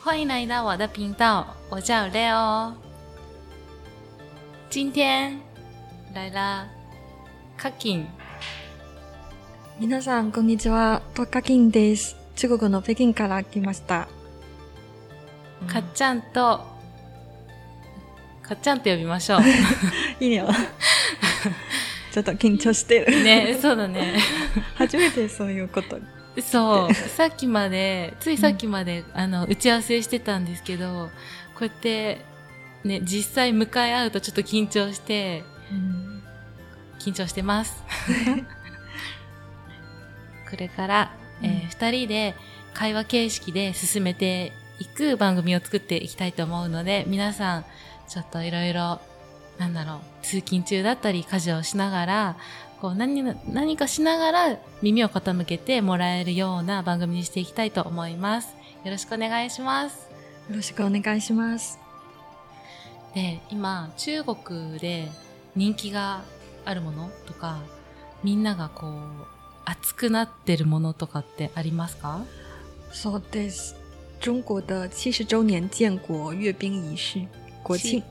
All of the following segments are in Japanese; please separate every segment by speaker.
Speaker 1: 欢迎来到我的频道，我叫 Leo。今天来了 Kakin，
Speaker 2: 皆さん、こんにちは。トカキンです。中国の北京から来ました。
Speaker 1: かっちゃんと、かっちゃんと呼びましょ
Speaker 2: いいよ。 ちょっと緊張してる。
Speaker 1: う。ね、そうだね。
Speaker 2: 初めてそういうこと。
Speaker 1: そう、さっきまで、ついさっきまで、あの、打ち合わせしてたんですけど、こうやって、ね、実際向かい合うとちょっと緊張して、緊張して ます。これから、えー
Speaker 2: うん
Speaker 1: 二人で会話形式で進めていく番組を作っていきたいと思うので、皆さん、ちょっといろいろ、なんだろう、通勤中だったり、家事をしながら、こう何な、何かしながら耳を傾けてもらえるような番組にしていきたいと思います。よろしくお願いします。
Speaker 2: よろしくお願いします。
Speaker 1: で今中国で人気があるものとかみんながこう熱くなってるものとかってありますか
Speaker 2: そうです。中国的七十周年建国阅兵仪式、国庆。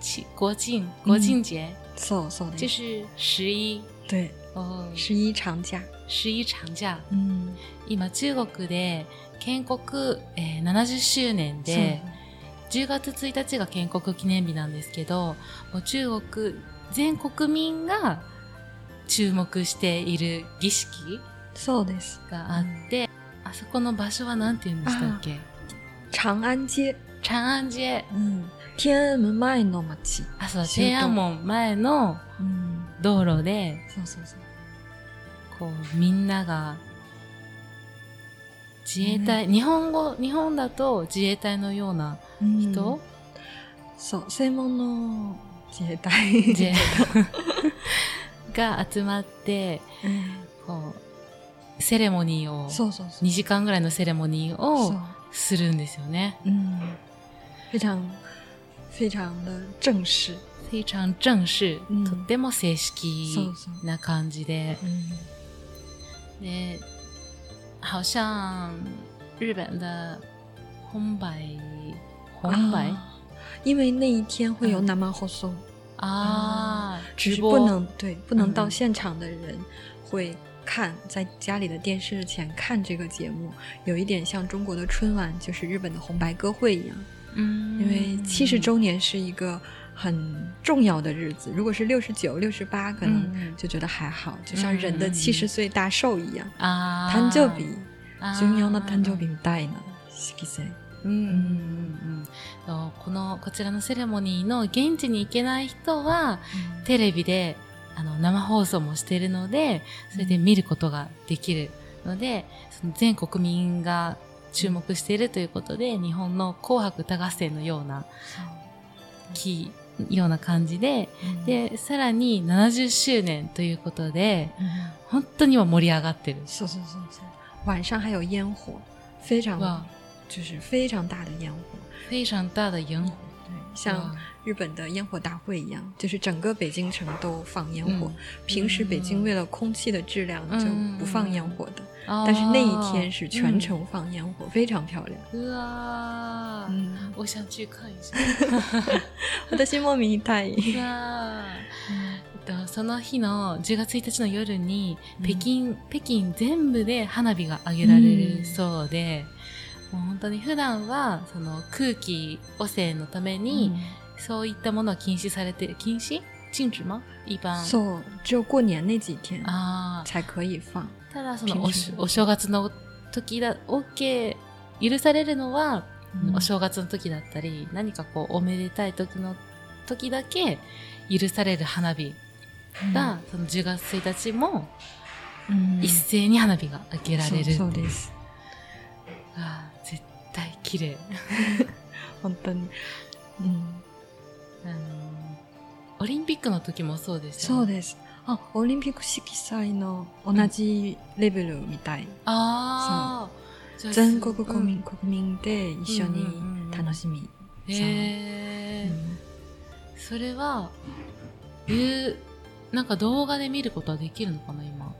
Speaker 1: ち国庆国庆节、
Speaker 2: そうそう
Speaker 1: 就
Speaker 2: です。
Speaker 1: 是十一
Speaker 2: 对、
Speaker 1: 哦
Speaker 2: 十一长假。
Speaker 1: 十一長假
Speaker 2: うん。
Speaker 1: 今中国で建国、えー70周年で10月1日が建国記念日なんですけどもう中国全国民が注目している儀式
Speaker 2: そうです。
Speaker 1: があって、あそこの場所はなんて言うんでしたっけ
Speaker 2: 長安街。
Speaker 1: 長安寺
Speaker 2: うん。天安門前の街。
Speaker 1: あ、そう、
Speaker 2: 周到
Speaker 1: 天安門前の
Speaker 2: うん。
Speaker 1: 道路で、
Speaker 2: そうそうそう。
Speaker 1: こう、みんなが、自衛隊、日本語、日本だと自衛隊のような人、
Speaker 2: そう、専門の自衛隊。
Speaker 1: 自衛 が集まって、こう、セレモニーを、
Speaker 2: そうそうそう。
Speaker 1: 2時間ぐらいのセレモニー
Speaker 2: そう
Speaker 1: をするんですよね。
Speaker 2: 嗯，非常非常的正式。
Speaker 1: 非常正式、
Speaker 2: うん
Speaker 1: とっても正
Speaker 2: そう
Speaker 1: 式
Speaker 2: そう。
Speaker 1: な感じで、
Speaker 2: 嗯，
Speaker 1: で好像日本的红白红白
Speaker 2: 啊因为那一天会有
Speaker 1: 嗯
Speaker 2: 南蛮后送，
Speaker 1: 啊，
Speaker 2: 只
Speaker 1: 直
Speaker 2: 是
Speaker 1: 播
Speaker 2: 不能对不能到
Speaker 1: 嗯
Speaker 2: 现场的人会看，在家里的电视前看这个节目，有一点像中国的春晚，就是日本的红白歌会一样。
Speaker 1: 嗯
Speaker 2: 因为七十周年是一个很重要的日子，如果是六十九、六十八，可能
Speaker 1: 嗯
Speaker 2: 就觉得还好，就像人
Speaker 1: 嗯
Speaker 2: 的
Speaker 1: 嗯嗯
Speaker 2: 七十岁大寿一样。
Speaker 1: 啊，
Speaker 2: 誕生日、
Speaker 1: あー、
Speaker 2: 重要な誕生日みたいな色彩。
Speaker 1: うんうんうんうんとこのこちらのセレモニーの現地に行けない人はテレビであの生放送もしてるのでそれで見ることができるので、その全国民が注目しているということで日本の「紅白歌合戦」のようなきような感じで
Speaker 2: 嗯
Speaker 1: でさらに70周年ということで
Speaker 2: 嗯
Speaker 1: 本当には盛り上がってる
Speaker 2: そうそうそうそう。晚上还有烟火，非
Speaker 1: 哇
Speaker 2: 常就是非常大的烟火，
Speaker 1: 非常大的烟火
Speaker 2: 对，像日本的烟火大会一样，就是整个北京城都放烟火。平时北京为了空气的质量就不放烟火的，但
Speaker 1: 但
Speaker 2: 是那一天是全程放烟火，非常漂亮。
Speaker 1: うわー
Speaker 2: 嗯，
Speaker 1: 我想去看一下
Speaker 2: 我的心莫名一太。
Speaker 1: うわーえっとその日の10月1日の夜に北京,、北京全部で花火が上げられ
Speaker 2: う
Speaker 1: る
Speaker 2: ん
Speaker 1: そうで、もう本当に普段はその空気汚染のために、
Speaker 2: 嗯
Speaker 1: そういったものは禁止されて禁止禁止吗一般
Speaker 2: ，so 只有过年那几天
Speaker 1: あ
Speaker 2: 才可以放。
Speaker 1: ーただそのおし
Speaker 2: 禁止
Speaker 1: お正月の時だ OK 許されるのは、お正月の時だったり何かこうおめでたい時の時だけ許される花火が、その10月1日も
Speaker 2: 嗯
Speaker 1: 一斉に花火が開けられる
Speaker 2: そうそうです
Speaker 1: あー絶対綺麗
Speaker 2: 本嗯当に、うん、
Speaker 1: あのーオリンピックの時もそうでした
Speaker 2: そう
Speaker 1: す
Speaker 2: ですあオリンピック色彩の哦同じレベルみたい、
Speaker 1: ああじゃあ
Speaker 2: 全国国民、
Speaker 1: うん
Speaker 2: 国民で一緒
Speaker 1: うんうんうんうん
Speaker 2: に楽しみ、
Speaker 1: へえ、
Speaker 2: うん
Speaker 1: それはいうなんか動画で見ることはできるのかな今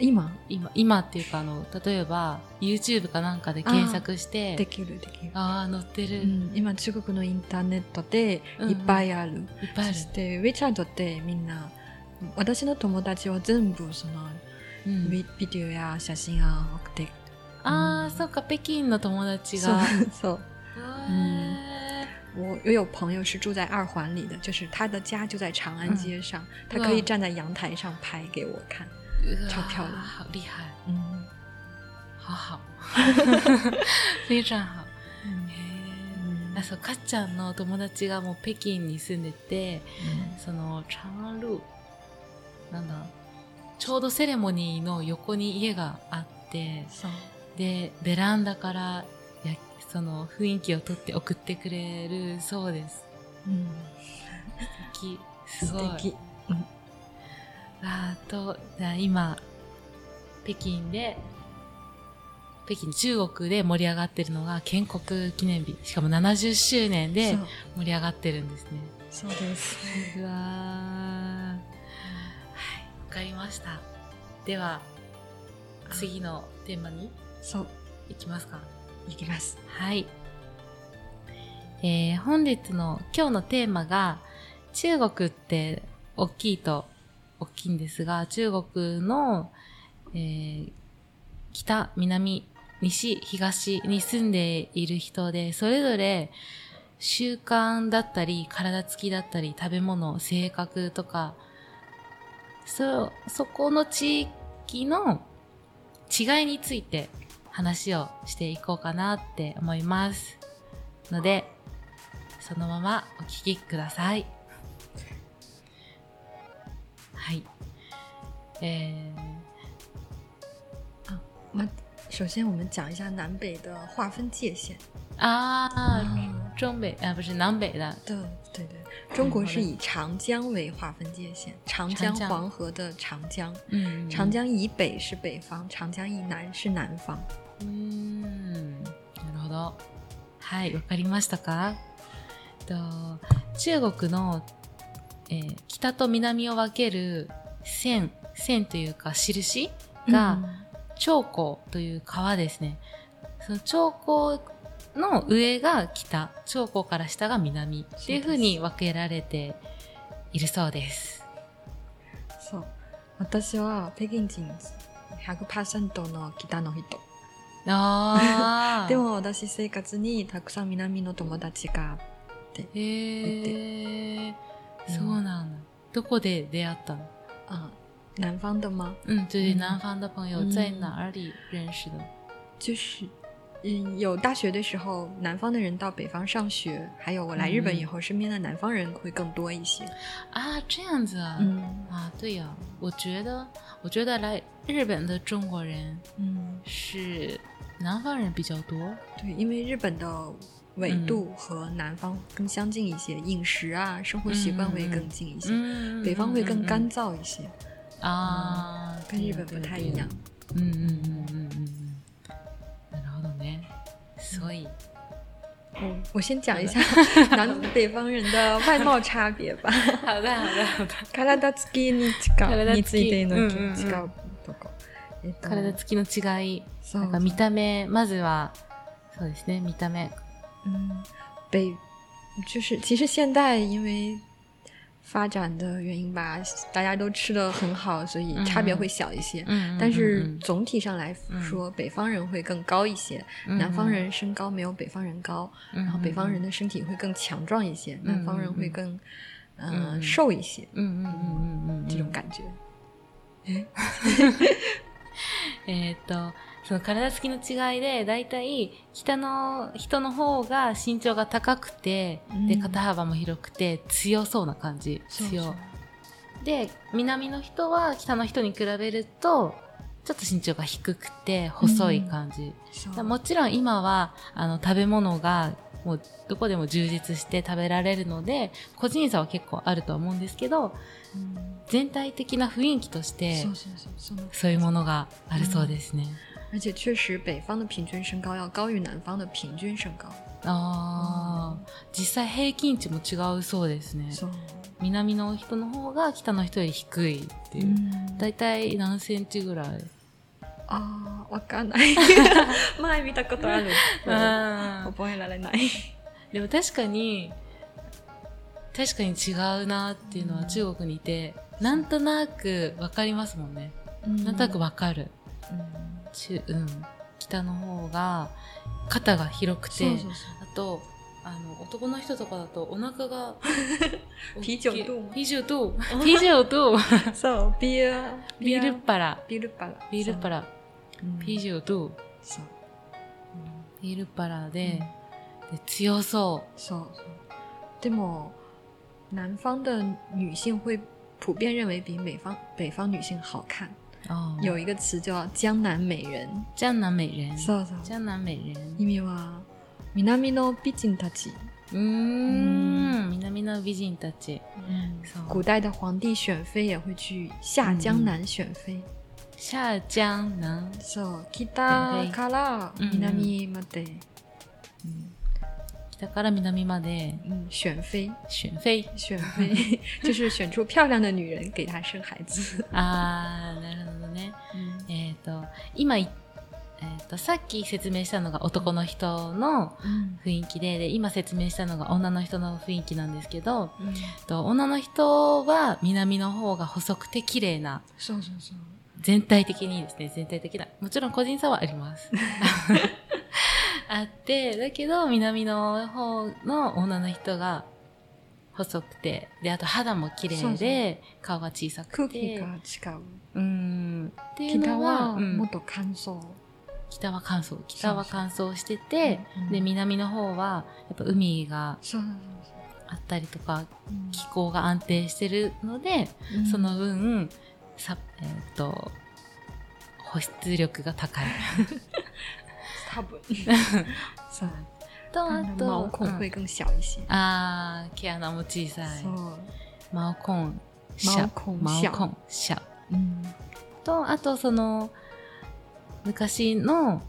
Speaker 2: 今
Speaker 1: 今今っていうかあの例えば YouTube かなんかで検索して
Speaker 2: できるできる、
Speaker 1: ああ載ってる、
Speaker 2: うん、今中国のインターネットでいっぱいある、
Speaker 1: いっぱいあ
Speaker 2: そ
Speaker 1: る
Speaker 2: して WeChat ってみんな私の友達は全部その
Speaker 1: うん
Speaker 2: ビビデオや写真あ送って
Speaker 1: ああ、そうか北京の友達
Speaker 2: そう
Speaker 1: が
Speaker 2: そう
Speaker 1: へー
Speaker 2: 我我有朋友是住在二环里的，就是他的家就在长安街上，他可以站在阳台上拍给我看。
Speaker 1: うわ
Speaker 2: 超漂亮
Speaker 1: 好厉害，
Speaker 2: 嗯，
Speaker 1: 好 好，非常好。へーあそうかっちゃんの友達がもう北京に住んでてその長安路なんだちょうどセレモニーの横に家があって
Speaker 2: そう
Speaker 1: でベランダからやその雰囲気を撮って送ってくれるそうです
Speaker 2: 嗯，
Speaker 1: 素敵すごい
Speaker 2: 素敵
Speaker 1: あーと、じゃあ今、北京で、北京、中国で盛り上がってるのが建国記念日。しかも70周年で
Speaker 2: そう
Speaker 1: 盛り上がってるんですね。
Speaker 2: そうです。
Speaker 1: うわー。はい、わかりました。では、次のテーマに
Speaker 2: そう
Speaker 1: 行きますか。
Speaker 2: 行きます。
Speaker 1: はい。えー本日の今日のテーマが、中国って大きいと、大きいんですが、中国の、えー北、南、西、東に住んでいる人で、それぞれ習慣だったり、体つきだったり、食べ物、性格とか、そ、そこの地域の違いについて話をしていこうかなって思います。ので、そのままお聞きください。はい。え
Speaker 2: 那首先我们讲一下南北的划分界限。
Speaker 1: ー、あ
Speaker 2: 嗯
Speaker 1: ー、中北、あ、不是、南北だ。
Speaker 2: 对对对，中国是以长江为划分界限，长江
Speaker 1: 长江
Speaker 2: 黄河的长江，
Speaker 1: うん
Speaker 2: 长江以北是北方，长江以南是南方。
Speaker 1: うーんなるほど。はい、わかりましたかえっと中国の、えー北と南を分ける線、線というか印が
Speaker 2: 嗯
Speaker 1: 長江という川ですね。その長江の上が北、長江から下が南っていうふうに分けられているそうです。
Speaker 2: そう。私は北京人100%の北の人。
Speaker 1: ああ。
Speaker 2: で、も私生活にたくさん南の友達が
Speaker 1: へえ、そうなんだ。どこで出会ったの
Speaker 2: 啊、南方的吗？
Speaker 1: 嗯，对对，
Speaker 2: 嗯
Speaker 1: 南方的朋友在哪里认识的？
Speaker 2: 就是嗯，有大学的时候，南方的人到北方上学，还有我来日本以后，身边的南方人会更多一些。
Speaker 1: 啊，这样子啊，
Speaker 2: 嗯
Speaker 1: 啊，对呀、我觉得，我觉得来日本的中国人
Speaker 2: 嗯，
Speaker 1: 是南方人比较多，
Speaker 2: 对，因为日本的纬度和南方更相近一些，饮食啊、生活习惯会更近一些，
Speaker 1: 嗯
Speaker 2: 北方会更干
Speaker 1: 嗯
Speaker 2: 燥一些，
Speaker 1: 嗯啊，
Speaker 2: 跟日本不太一样。
Speaker 1: 对呀。对呀嗯嗯嗯嗯嗯嗯，なるほどね。所 以，
Speaker 2: 我我先讲一下南北方人的外貌差别吧。
Speaker 1: 好的好的好的。
Speaker 2: 体つきに近いについての違うとこ。えっと
Speaker 1: 体つきの違い、
Speaker 2: そう
Speaker 1: なんか見た目まずは、そうですね見た目。
Speaker 2: 嗯，北就是其实现代因为发展的原因吧，大家都吃的很好，所以差别会小一些。
Speaker 1: 嗯，嗯
Speaker 2: 但
Speaker 1: 嗯
Speaker 2: 是
Speaker 1: 嗯嗯
Speaker 2: 总体上来说，北方人会更高一些，南方人身高没有北方人高，然后北方人的身体会更强壮一些，南方人会更嗯、
Speaker 1: 嗯
Speaker 2: 瘦一些，
Speaker 1: 嗯嗯嗯嗯嗯，
Speaker 2: 这种感觉。
Speaker 1: えーっとその体つきの違いでだいたい北の人の方が身長が高くて、
Speaker 2: うん
Speaker 1: で肩幅も広くて強そうな感じ強
Speaker 2: そうそう
Speaker 1: で南の人は北の人に比べるとちょっと身長が低くて細い感じ、
Speaker 2: そう
Speaker 1: だもちろん今はあの食べ物がもうどこでも充実して食べられるので個人差は結構あるとは思うんですけど
Speaker 2: 嗯
Speaker 1: 全体的な雰囲気として
Speaker 2: そうそうそうその
Speaker 1: そういうものがあるそうですね。
Speaker 2: 而且确实北方的平均身高要高于南方的平均身高。
Speaker 1: 哦
Speaker 2: 嗯
Speaker 1: ああ、実際平均値も違うそうですね。
Speaker 2: そう
Speaker 1: 南の人の方が北の人より低いっていう、大体何センチぐらい
Speaker 2: ああわかんない 前見たことある覚えられない
Speaker 1: でも確かに確かに違うなっていうのは中国にいて、うん、なんとなくわかりますもんね、うん、なんとなくわかる、うん、中うん北の方が肩が広くてあとあの男の人とかだとお腹 が
Speaker 2: 啤酒肚
Speaker 1: 啤酒肚啤酒肚
Speaker 2: そうビール
Speaker 1: ビールパラ
Speaker 2: ビールパラ
Speaker 1: ビールパラ啤酒肚そうビールパラで,、で強そう
Speaker 2: そうそうでも南方的女性会普遍认为比北方北方女性好看哦
Speaker 1: 嗯
Speaker 2: 有一个词叫江南美人
Speaker 1: 江南美人
Speaker 2: そうそう
Speaker 1: 嗯江南美人
Speaker 2: 意味は南の美人たち。
Speaker 1: 嗯，南の美人たち。
Speaker 2: 嗯，古代的皇帝选妃也会去下江南选妃。
Speaker 1: 下江南。
Speaker 2: そう、嗯北から南まで。
Speaker 1: 嗯，北から南まで。
Speaker 2: 嗯，选妃，
Speaker 1: 选妃，
Speaker 2: 选 妃，就是选出漂亮的女人给她生孩子。
Speaker 1: 啊，なるほどね。
Speaker 2: 嗯
Speaker 1: えっと、今えーと、とさっき説明したのが男の人の
Speaker 2: 嗯
Speaker 1: 雰囲気で,で、今説明したのが女の人の雰囲気なんですけど、
Speaker 2: 嗯
Speaker 1: うん、と女の人は南の方が細くて綺麗な
Speaker 2: そうそうそう
Speaker 1: 全体的にですね全体的なもちろん個人差はあります あってだけど南の方の女の人が細くてであと肌も綺麗で顔が小さく
Speaker 2: て空気が違う
Speaker 1: うん
Speaker 2: っていうのはもっと乾燥、
Speaker 1: 北は乾燥北は乾燥しててで南の方はやっぱ海があったりとか、うん、気候が安定してるので、うん、その分さ、えーと、と保湿力が高い
Speaker 2: 多 分
Speaker 1: そうとあと
Speaker 2: 毛孔会更小一些、
Speaker 1: うん、ああ毛穴も小さい毛孔
Speaker 2: 小毛孔
Speaker 1: 小うんとあとその昔の、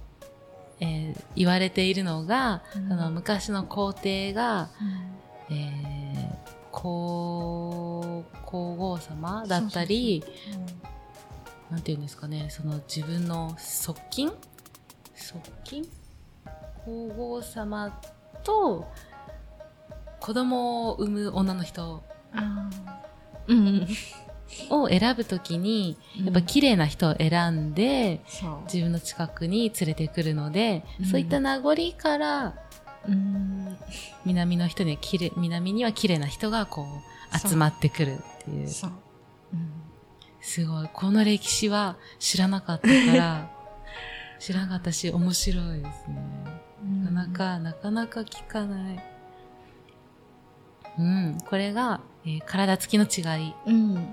Speaker 1: えー、言われているのが、うん、の昔の皇帝が、うん、えー、皇皇后様だったりなんていうんですかねその自分の側近側近皇后様と子供を産む女の人
Speaker 2: うん
Speaker 1: を選ぶときに、やっぱ綺麗な人を選んで、
Speaker 2: うん、
Speaker 1: 自分の近くに連れてくるので、うん、そういった名残から、うん、南の人にはきれ南には綺麗な人がこう集まってくるっていう
Speaker 2: そう
Speaker 1: すごいこの歴史は知らなかったから 知らなかったし面白いですね、なかなかなかなか聞かないうんこれが、えー、体つきの違い、
Speaker 2: うん、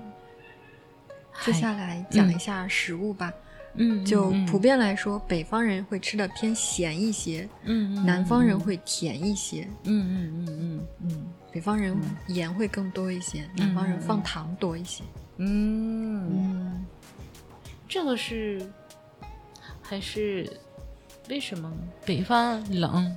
Speaker 2: 接下来讲一下食物吧。
Speaker 1: 嗯，
Speaker 2: 就普遍来说，北方人会吃的偏咸一些，
Speaker 1: 嗯，
Speaker 2: 南方人会甜一些，
Speaker 1: 嗯嗯嗯嗯
Speaker 2: 嗯，北方人盐会更多一些，南方人放糖多一些。
Speaker 1: 嗯嗯，这个是还是为什么呢？北方冷，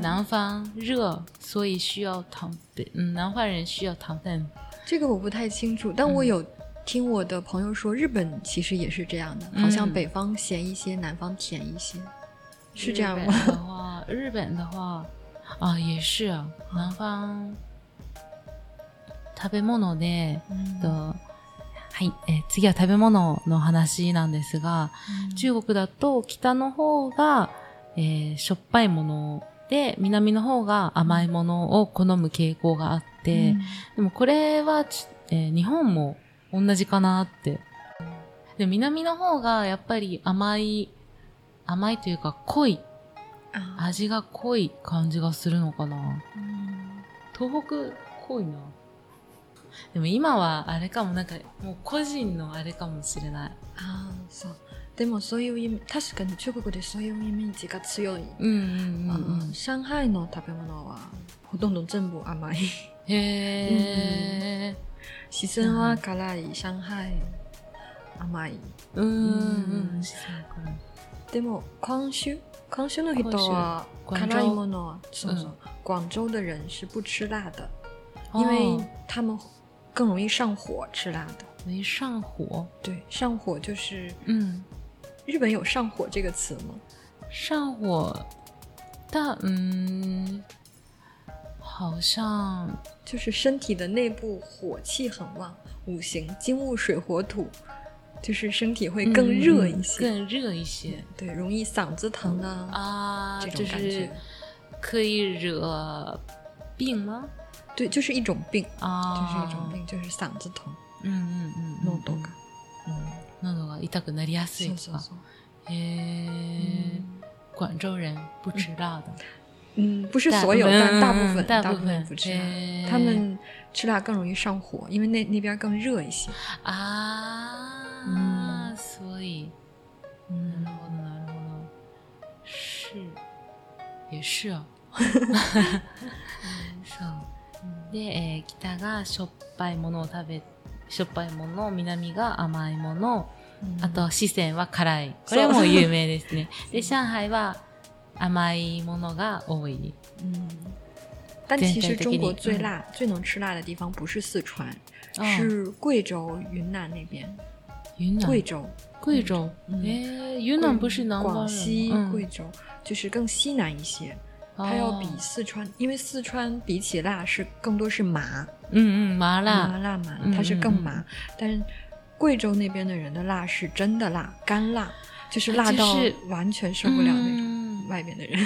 Speaker 1: 南方热，所以需要糖。北嗯，南方人需要糖分。
Speaker 2: 这个我不太清楚，但我
Speaker 1: 嗯
Speaker 2: 有。听我的朋友说，日本其实也是这样的，好
Speaker 1: 嗯
Speaker 2: 像北方咸一些，南方甜一些，是这样吗？
Speaker 1: 的话，日本的话，啊，也是啊，南方食べ物で、
Speaker 2: 嗯
Speaker 1: と、はい、え次は食べ物の話なんですが、中国だと北の方が、えしょっぱいもので、南の方が甘いものを好む傾向があって、
Speaker 2: 嗯
Speaker 1: でもこれは、え日本も同じかなって。で、南の方がやっぱり甘い、甘いというか濃い、
Speaker 2: 啊
Speaker 1: 味が濃い感じがするのかな。
Speaker 2: 嗯
Speaker 1: 東北濃いな。でも今はあれかも、なんかもう個人のあれかもしれない。
Speaker 2: ああ、啊そう。でもそういうイメ確かに中国でそういうイメージが強い。
Speaker 1: うんうんうん、うん、
Speaker 2: 上海の食べ物はほとんど全部甘い。
Speaker 1: へえ。うん
Speaker 2: 四川は辛い、上海甘い。
Speaker 1: うん、
Speaker 2: でも、広州広州の人は
Speaker 1: 哦
Speaker 2: 辛いものは、そうそう。广州的人是不吃辣的，因为他他们更容易上火吃辣的。
Speaker 1: 容易上火，
Speaker 2: 对，上火就是
Speaker 1: 嗯，
Speaker 2: 日本有上火这个词吗？
Speaker 1: 上火，但嗯，好像
Speaker 2: 就是身体的内部火气很旺，五行金木水火土，就是身体会更热一些，
Speaker 1: 嗯更热一些
Speaker 2: 对，容易嗓子疼啊、
Speaker 1: 啊，
Speaker 2: 这
Speaker 1: 就
Speaker 2: 种感
Speaker 1: 是
Speaker 2: 觉。
Speaker 1: 可以惹病吗？
Speaker 2: 对，就是一种病，就
Speaker 1: 啊，
Speaker 2: 是一种，病，就是嗓子疼，
Speaker 1: 嗯嗯嗯，
Speaker 2: 喉头が。
Speaker 1: 嗯，喉が痛くなりやすい
Speaker 2: そう
Speaker 1: と
Speaker 2: そう
Speaker 1: か。
Speaker 2: そう。
Speaker 1: へえ，广州人不吃辣的，
Speaker 2: 嗯，不是
Speaker 1: 大
Speaker 2: 所有，但大部
Speaker 1: 嗯
Speaker 2: 分
Speaker 1: 大部
Speaker 2: 部
Speaker 1: 分
Speaker 2: 分不吃辣
Speaker 1: 哎，
Speaker 2: 他们吃辣更容易上火，因为那那边更热一些。
Speaker 1: あ
Speaker 2: う
Speaker 1: あ、所以，
Speaker 2: 嗯
Speaker 1: なる，ほどなるほど，是，也是哦。
Speaker 2: 嗯
Speaker 1: そう。で、えー北がしょっぱいものを食べ、しょっぱいもの、南が甘いもの、
Speaker 2: 嗯
Speaker 1: あと四川は辛い。こ
Speaker 2: そう
Speaker 1: れはもう有名ですね。で、上海は甘いものが多い。
Speaker 2: 嗯，但
Speaker 1: 对
Speaker 2: 其
Speaker 1: 对
Speaker 2: 实
Speaker 1: 对
Speaker 2: 中
Speaker 1: 给
Speaker 2: 国
Speaker 1: 你
Speaker 2: 最
Speaker 1: 嗯
Speaker 2: 辣、最能吃辣的地方不是四川，
Speaker 1: 哦
Speaker 2: 是贵州、云南那边。
Speaker 1: 云南、
Speaker 2: 贵州、
Speaker 1: 贵州，
Speaker 2: 嗯
Speaker 1: えー嗯云南不是南方人吗
Speaker 2: 广西、
Speaker 1: 嗯
Speaker 2: 贵州，就是更西南一些。它要比
Speaker 1: 哦
Speaker 2: 四川，因为四川比起辣是更多是麻
Speaker 1: 嗯嗯麻
Speaker 2: 麻
Speaker 1: 辣
Speaker 2: 辣麻
Speaker 1: 嗯，
Speaker 2: 它是
Speaker 1: 嗯
Speaker 2: 更
Speaker 1: 嗯
Speaker 2: 麻。但是贵州那边的人的辣是真的辣，干辣，就是辣到
Speaker 1: 就是
Speaker 2: 完全受不了那种。
Speaker 1: 啊嗯
Speaker 2: 外面的人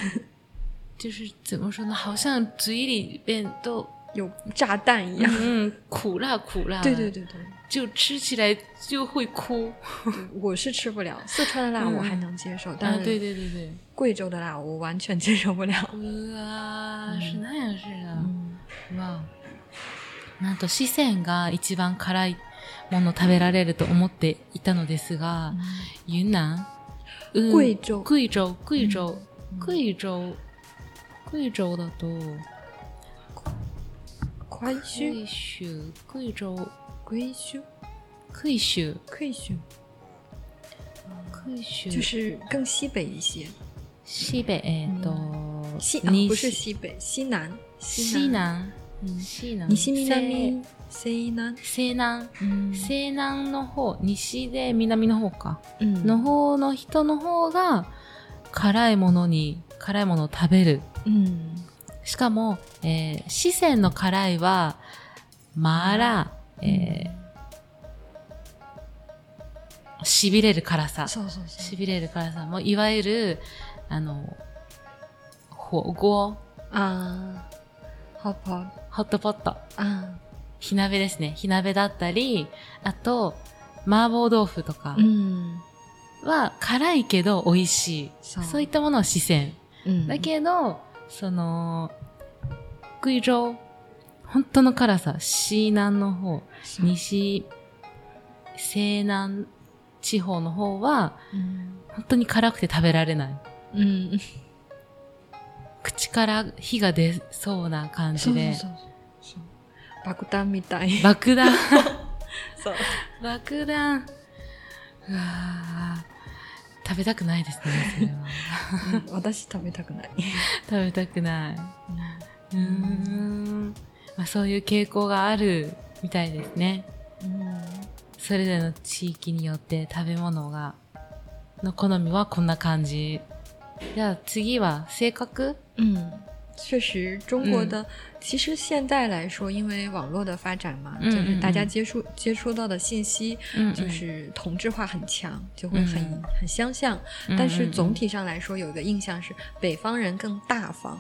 Speaker 1: 就是怎么说呢，好像嘴里边 都
Speaker 2: 有炸弹一样。
Speaker 1: 嗯苦辣苦辣，
Speaker 2: 对对，对对，
Speaker 1: 就吃起来就会哭。
Speaker 2: 对我是吃不了四川的辣，我还能接受，
Speaker 1: 啊
Speaker 2: 但，
Speaker 1: 对对
Speaker 2: 是
Speaker 1: 对对，
Speaker 2: 贵州的辣我完全接受不了。
Speaker 1: 哇，是那样式的，
Speaker 2: 嗯，
Speaker 1: 哇。なんと四川が一番辛いもの食べられると思っていたのです
Speaker 2: 嗯
Speaker 1: が、云南、うん
Speaker 2: 贵州
Speaker 1: 贵州、贵州、
Speaker 2: 嗯
Speaker 1: 贵州、贵州だと、
Speaker 2: 快修
Speaker 1: 贵州、贵州、
Speaker 2: 归修
Speaker 1: 贵州、
Speaker 2: 快修，
Speaker 1: 贵州、
Speaker 2: 就是更西北一些，
Speaker 1: 西北えっと、
Speaker 2: 西啊
Speaker 1: 西
Speaker 2: 不是西北，西南，
Speaker 1: 西
Speaker 2: 南，
Speaker 1: 南、
Speaker 2: 嗯，
Speaker 1: 西南、
Speaker 2: 西南，西南，
Speaker 1: 西南、
Speaker 2: 嗯
Speaker 1: 西南の方、西で南の方か。
Speaker 2: 嗯
Speaker 1: の方の人の方が辛いものに、辛いものを食べる。
Speaker 2: 嗯
Speaker 1: しかも、えー四川の辛いは、マーラ、
Speaker 2: 呃
Speaker 1: え
Speaker 2: 嗯
Speaker 1: ー、痺れる辛さ。
Speaker 2: そうそうそう
Speaker 1: しびれる辛さもいわゆるあの火锅
Speaker 2: 啊，好不好
Speaker 1: ホットポット
Speaker 2: 啊？
Speaker 1: 火鍋ですね火鍋だったりあと麻婆豆腐とか
Speaker 2: 嗯
Speaker 1: は辛いけど美味しい、
Speaker 2: そう
Speaker 1: そういったものを四川
Speaker 2: 嗯，
Speaker 1: だけどその杭州本当の辛さ西南の方
Speaker 2: そう
Speaker 1: 西西南地方の方は
Speaker 2: 嗯
Speaker 1: 本当に辛くて食べられない
Speaker 2: 嗯，
Speaker 1: 口から火が出そうな感じ
Speaker 2: そうそう
Speaker 1: で、
Speaker 2: そうそう。爆弾みたい。
Speaker 1: 爆弾、
Speaker 2: そう。
Speaker 1: 爆弾。うわー食べたくないですね、それは。
Speaker 2: 私食べたくない。
Speaker 1: 食べたくない。うーん。まあ、そういう傾向があるみたいですね。
Speaker 2: うん
Speaker 1: それぞれの地域によって食べ物が、の好みはこんな感じ。じゃあ次は性格
Speaker 2: 嗯，确实，中国的、其实现在来说，因为网络的发展嘛，
Speaker 1: 嗯
Speaker 2: 就是大家
Speaker 1: 嗯嗯
Speaker 2: 接触接触到的信息
Speaker 1: 嗯
Speaker 2: 就是同质化很强，就会很、
Speaker 1: 嗯
Speaker 2: 很相像。但是总体上来说，有一个印象是北方人更大方，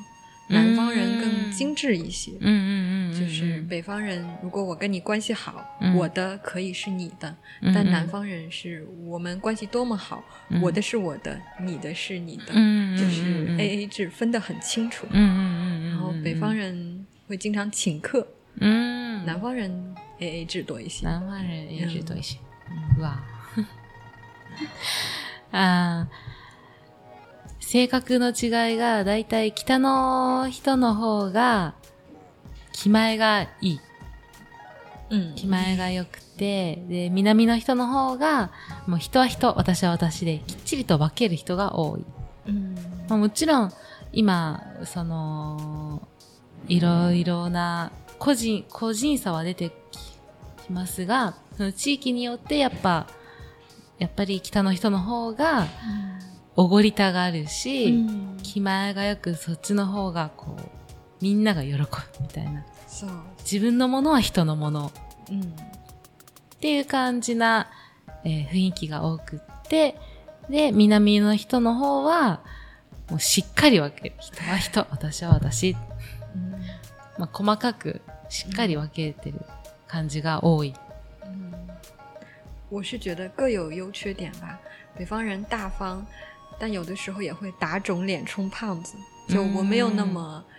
Speaker 2: 南方人更精致一些。
Speaker 1: うんうんうん。
Speaker 2: 就是北方人，如果我跟你关系好，
Speaker 1: 嗯
Speaker 2: 我的可以是你的；
Speaker 1: うん
Speaker 2: 但南方人是我们关系多么好，
Speaker 1: 嗯
Speaker 2: 我的是我的，你的是你的。
Speaker 1: うんうんうんうん
Speaker 2: 就是
Speaker 1: 嗯
Speaker 2: A A 制分得很清楚。
Speaker 1: うんうんうんうんうん。
Speaker 2: 然后北方人会经常请客，
Speaker 1: 嗯，
Speaker 2: 南方人 A A 制多一些。
Speaker 1: 南方人也是多一些。
Speaker 2: 嗯
Speaker 1: わあ。あー性格の違いが、だいたい北の人の方が、気前がいい。
Speaker 2: 嗯
Speaker 1: 気前が良くて、で、南の人の方が、もう人は人、私は私で、きっちりと分ける人が多い。
Speaker 2: 嗯
Speaker 1: 哦まあ、もちろん、今、その、いろいろな個人、個人差は出てきますが、その地域によってやっぱ、やっぱり北の人の方が、おごりたがる
Speaker 2: 嗯
Speaker 1: し、
Speaker 2: うん
Speaker 1: 気前がよくそっちの方がこう、みんなが喜ぶみたいな。
Speaker 2: そう、
Speaker 1: 自分のものは人のもの
Speaker 2: うん、
Speaker 1: っていう感じな、えー雰囲気が多くって、で、南の人の方は、もうしっかり分ける。人は人、私は私。
Speaker 2: うん
Speaker 1: まあ、細かくしっかり分けてる感じが多い。
Speaker 2: 嗯，我是觉得各有优缺点吧。北方人大方，但有的时候也会打肿脸充胖子。就我没有那么
Speaker 1: 嗯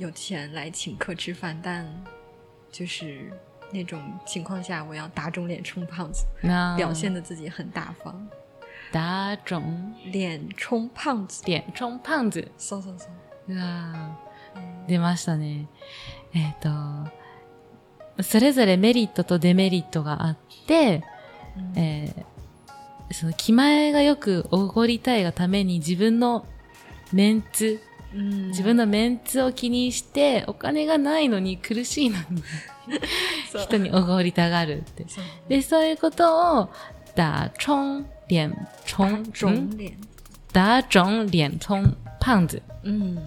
Speaker 2: 有钱来请客吃饭，但就是那种情况下，我要打肿脸充胖子，
Speaker 1: 那
Speaker 2: 表现的自己很大方，
Speaker 1: 打肿
Speaker 2: 脸充胖子。
Speaker 1: 脸充胖子。
Speaker 2: 搜搜搜，
Speaker 1: うわー
Speaker 2: 嗯
Speaker 1: 出ましたね。えっ、と、それぞれメリットとデメリットがあって、
Speaker 2: 嗯
Speaker 1: えーその気前がよくおごりたいがために自分のメンツ、
Speaker 2: 嗯，
Speaker 1: 自分のメンツを気にして、お金がないのに苦しいのに
Speaker 2: 搜
Speaker 1: 人におごりたがるって。
Speaker 2: 搜
Speaker 1: で、そういうことを、打冲脸
Speaker 2: 打
Speaker 1: 冲
Speaker 2: 肿
Speaker 1: ん
Speaker 2: 脸，
Speaker 1: 打肿脸冲胖子。
Speaker 2: 嗯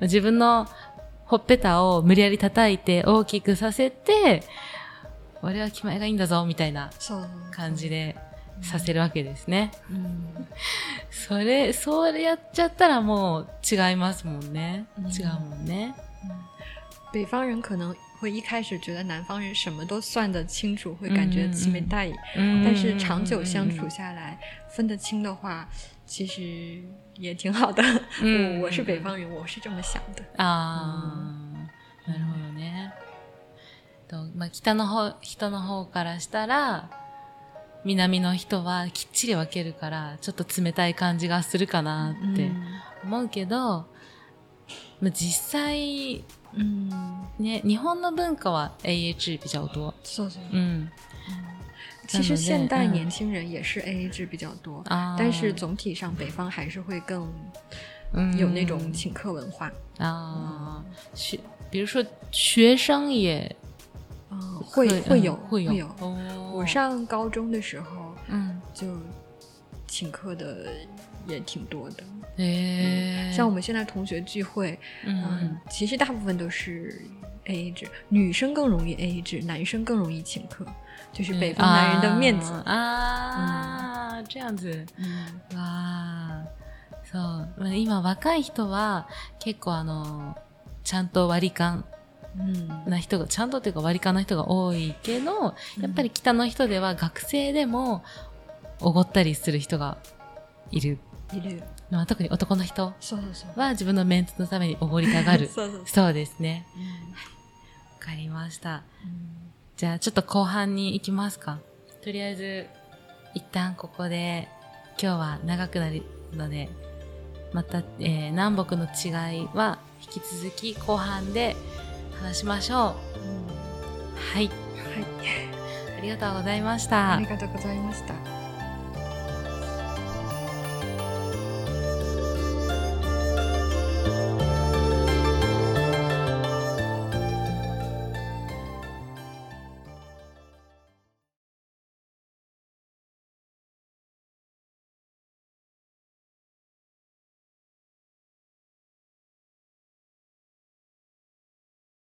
Speaker 1: 自分のほっぺたを無理やり叩いて大きくさせて、俺は気前がいいんだぞ、みたいな
Speaker 2: 搜搜搜
Speaker 1: 感じでさせるわけですね。
Speaker 2: 嗯。
Speaker 1: それ、それやっちゃったらもう違いますもんね。
Speaker 2: うん
Speaker 1: 違うもんね。
Speaker 2: 北方人可能会一开始觉得南方人什么都算得清楚，会感
Speaker 1: 嗯
Speaker 2: 觉奇美大意，但是长久相处下来，分得清的话，其实也挺 好的。
Speaker 1: 嗯
Speaker 2: 我我是北方人，我是这么想的。
Speaker 1: ああ、なるほどね。とまあ、北の方、人の方からしたら、南の人はきっちり分けるから、ちょっと冷たい感じがするかなって思うけど、まあ、実際、
Speaker 2: 嗯，嗯，
Speaker 1: ね、日本の文化は AA 制比较多。
Speaker 2: そうそう。
Speaker 1: うん。
Speaker 2: 其实现代
Speaker 1: 嗯啊
Speaker 2: 年轻人也是 AA 制比较多，
Speaker 1: あー
Speaker 2: 但是总体上北方还是会更
Speaker 1: うん
Speaker 2: 有那种请客文化，
Speaker 1: 啊，学，比如说学生也
Speaker 2: 嗯，会
Speaker 1: 可以
Speaker 2: 会
Speaker 1: 嗯
Speaker 2: 有
Speaker 1: 会有
Speaker 2: 有。
Speaker 1: 哦，
Speaker 2: 我上高中的时候，
Speaker 1: 嗯，
Speaker 2: 就请客的也挺多的。
Speaker 1: 诶，
Speaker 2: 像我们现在同学聚会，嗯
Speaker 1: 哎嗯，
Speaker 2: 其实大部分都是 A A 制，女生更容易 A A 制，男生更容易请客，就是北方男人的面子。
Speaker 1: 啊啊，这样子
Speaker 2: 嗯
Speaker 1: 哇，そう、まあ今若い人は結構あのちゃんと割り勘
Speaker 2: 嗯
Speaker 1: な人がちゃんとっていうか割り勘な人が多いけど、やっぱり北の人では学生でもおごったりする人がいる。
Speaker 2: 一律，
Speaker 1: まあ特に男の人
Speaker 2: 算了算了，
Speaker 1: は自分のメンツのためにおごりたがる。
Speaker 2: 算了，
Speaker 1: そうですね。
Speaker 2: 嗯
Speaker 1: わかりました。
Speaker 2: 嗯
Speaker 1: じゃあちょっと後半に行きますか。とりあえず、一旦ここで、今日は長くなるので、また、えー南北の違いは引き続き後半で話しましょ
Speaker 2: 嗯，
Speaker 1: う。はい。
Speaker 2: はい
Speaker 1: 啊ありがとうございまし
Speaker 2: あ
Speaker 1: た
Speaker 2: り。がとうございました。